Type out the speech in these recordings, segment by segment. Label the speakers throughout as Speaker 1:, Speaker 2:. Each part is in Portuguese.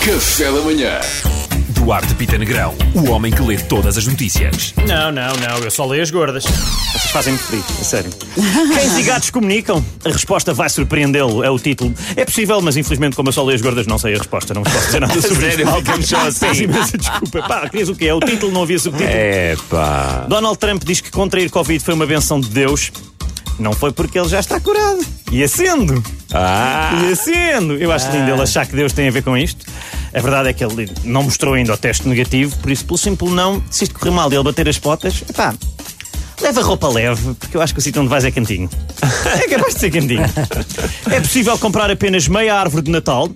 Speaker 1: Café da manhã.
Speaker 2: Duarte Pita Negrão, o homem que lê todas as notícias.
Speaker 3: Não, não, não, eu só leio as gordas. Vocês fazem-me feliz, a sério. Cães e gatos comunicam? A resposta vai surpreendê-lo, é o título. É possível, mas infelizmente, como eu só leio as gordas, não sei a resposta, não vos posso dizer nada sobre
Speaker 2: Sério, ficamos só assim.
Speaker 3: Peço imensa desculpa. Pá, querias o quê? É o título, não havia subtítulo.
Speaker 2: Epá.
Speaker 3: Donald Trump diz que contrair Covid foi uma benção de Deus. Não foi porque ele já está curado. Ia sendo.
Speaker 2: Ah.
Speaker 3: Ia sendo. Eu acho lindo ele achar que Deus tem a ver com isto. A verdade é que ele não mostrou ainda o teste negativo, por isso, pelo simples não, se isto correr mal e ele bater as botas, epá, leva roupa leve, porque eu acho que o sítio onde vais é cantinho. É capaz de ser cantinho. É possível comprar apenas meia árvore de Natal,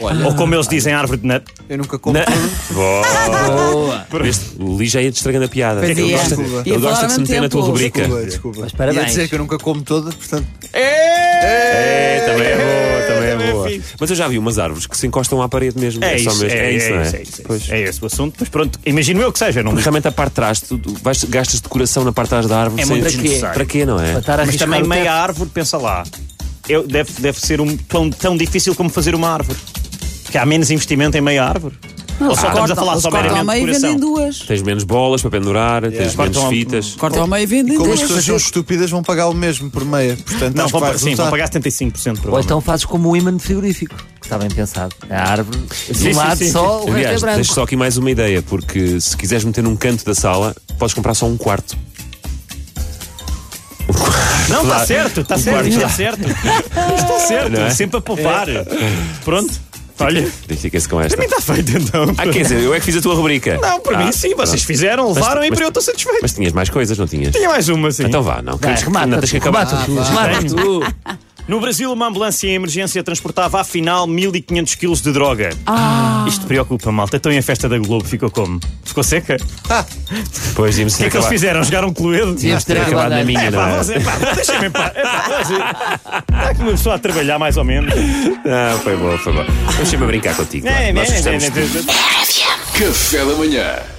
Speaker 3: ou como eles dizem, árvore de Natal.
Speaker 4: Eu nunca compro.
Speaker 2: Boa. Viste? O Li já ia estragando a piada.
Speaker 5: Pois
Speaker 2: Ele
Speaker 5: ia.
Speaker 2: gosta,
Speaker 5: Ia
Speaker 2: ele
Speaker 5: falar
Speaker 2: gosta
Speaker 5: ao
Speaker 2: de se meter
Speaker 5: mesmo
Speaker 2: na tua
Speaker 5: tempo.
Speaker 2: rubrica.
Speaker 4: Desculpa, desculpa.
Speaker 5: Mas parabéns.
Speaker 4: Ia dizer que eu nunca como toda, portanto.
Speaker 2: É, também é boa, também é
Speaker 3: Também é
Speaker 2: boa.
Speaker 3: fixe.
Speaker 2: Mas eu já vi umas árvores que se encostam à parede mesmo.
Speaker 3: É isso,
Speaker 2: só mesmo.
Speaker 3: é,
Speaker 2: não
Speaker 3: isso, é isso, é isso. É esse o assunto, mas pronto, imagino eu que seja, não
Speaker 2: Porque Realmente a parte de trás, tu tu vais, gastas decoração na parte de trás da árvore.
Speaker 5: É
Speaker 2: sem-
Speaker 5: muito desnecessário.
Speaker 2: Para quê, não é?
Speaker 5: Para estar a
Speaker 3: Mas
Speaker 5: arriscar
Speaker 3: também
Speaker 5: o
Speaker 3: meia
Speaker 5: tempo.
Speaker 3: árvore, pensa lá. Eu, deve, deve ser um, tão, tão difícil como fazer uma árvore. Porque há menos investimento em meia árvore. Ou só estamos a
Speaker 5: Cortam-
Speaker 3: falar
Speaker 5: eles
Speaker 3: só
Speaker 5: cortam
Speaker 3: meramente
Speaker 5: ao
Speaker 3: de
Speaker 5: meio e
Speaker 3: coração.
Speaker 5: vendem duas.
Speaker 2: Tens menos bolas para pendurar, tens menos
Speaker 3: Cortam ao-
Speaker 2: fitas.
Speaker 5: Cortam ao meio e vendem
Speaker 4: Como as
Speaker 5: duas.
Speaker 4: pessoas são estúpidas, vão pagar o mesmo por meia. Portanto,
Speaker 3: Não,
Speaker 4: acho
Speaker 3: vão,
Speaker 4: que vai
Speaker 3: sim,
Speaker 4: resultar.
Speaker 3: vão pagar 75% por
Speaker 5: Ou então fazes como o imã de frigorífico, que está bem pensado. A árvore, de
Speaker 3: sim,
Speaker 5: um lado
Speaker 3: sim.
Speaker 5: só, o
Speaker 2: Aliás,
Speaker 5: resto é
Speaker 2: deixo
Speaker 5: branco.
Speaker 2: só aqui mais uma ideia, porque se quiseres meter num canto da sala, podes comprar só um quarto.
Speaker 3: Não, está
Speaker 2: Claro.
Speaker 3: certo, está
Speaker 2: O
Speaker 3: certo,
Speaker 2: quarto
Speaker 3: está
Speaker 2: lá.
Speaker 3: certo. Está certo,
Speaker 2: Não é?
Speaker 3: sempre a poupar. Pronto, olha,
Speaker 2: Fica-se com esta.
Speaker 3: para mim está feito então.
Speaker 2: Ah, quer dizer, eu é que fiz a tua rubrica.
Speaker 3: Não, para
Speaker 2: Ah,
Speaker 3: mim sim, vocês
Speaker 2: pronto.
Speaker 3: fizeram, levaram e
Speaker 2: mas-
Speaker 3: para eu estou satisfeito.
Speaker 2: Mas tinhas mais coisas, não tinhas?
Speaker 3: Tinha mais uma, sim.
Speaker 2: Então vá, não. queres-
Speaker 5: remata
Speaker 2: não tens que
Speaker 5: tu,
Speaker 2: acabar.
Speaker 5: remata tu,
Speaker 2: Ah, vá.
Speaker 5: remata
Speaker 2: tu.
Speaker 3: No Brasil, uma ambulância em emergência transportava afinal 1500 quilos de droga. Isto preocupa, malta. Então e a festa da Globo ficou como? Ficou seca? O
Speaker 2: Pois íamos
Speaker 3: que é que eles fizeram? Jogaram um Cluedo?
Speaker 2: Tínhamos de ter
Speaker 5: Sim,
Speaker 2: acabado na
Speaker 5: sim.
Speaker 2: minha,
Speaker 3: É
Speaker 2: não
Speaker 3: pá,
Speaker 2: é?
Speaker 3: vamos- é pá, deixa-me em paz. É pá, vamos- Está aqui uma pessoa a trabalhar mais ou menos.
Speaker 2: Ah, foi bom, foi bom. Deixa-me brincar contigo. Duarte. Nós gostamos de ti.
Speaker 1: Café da manhã.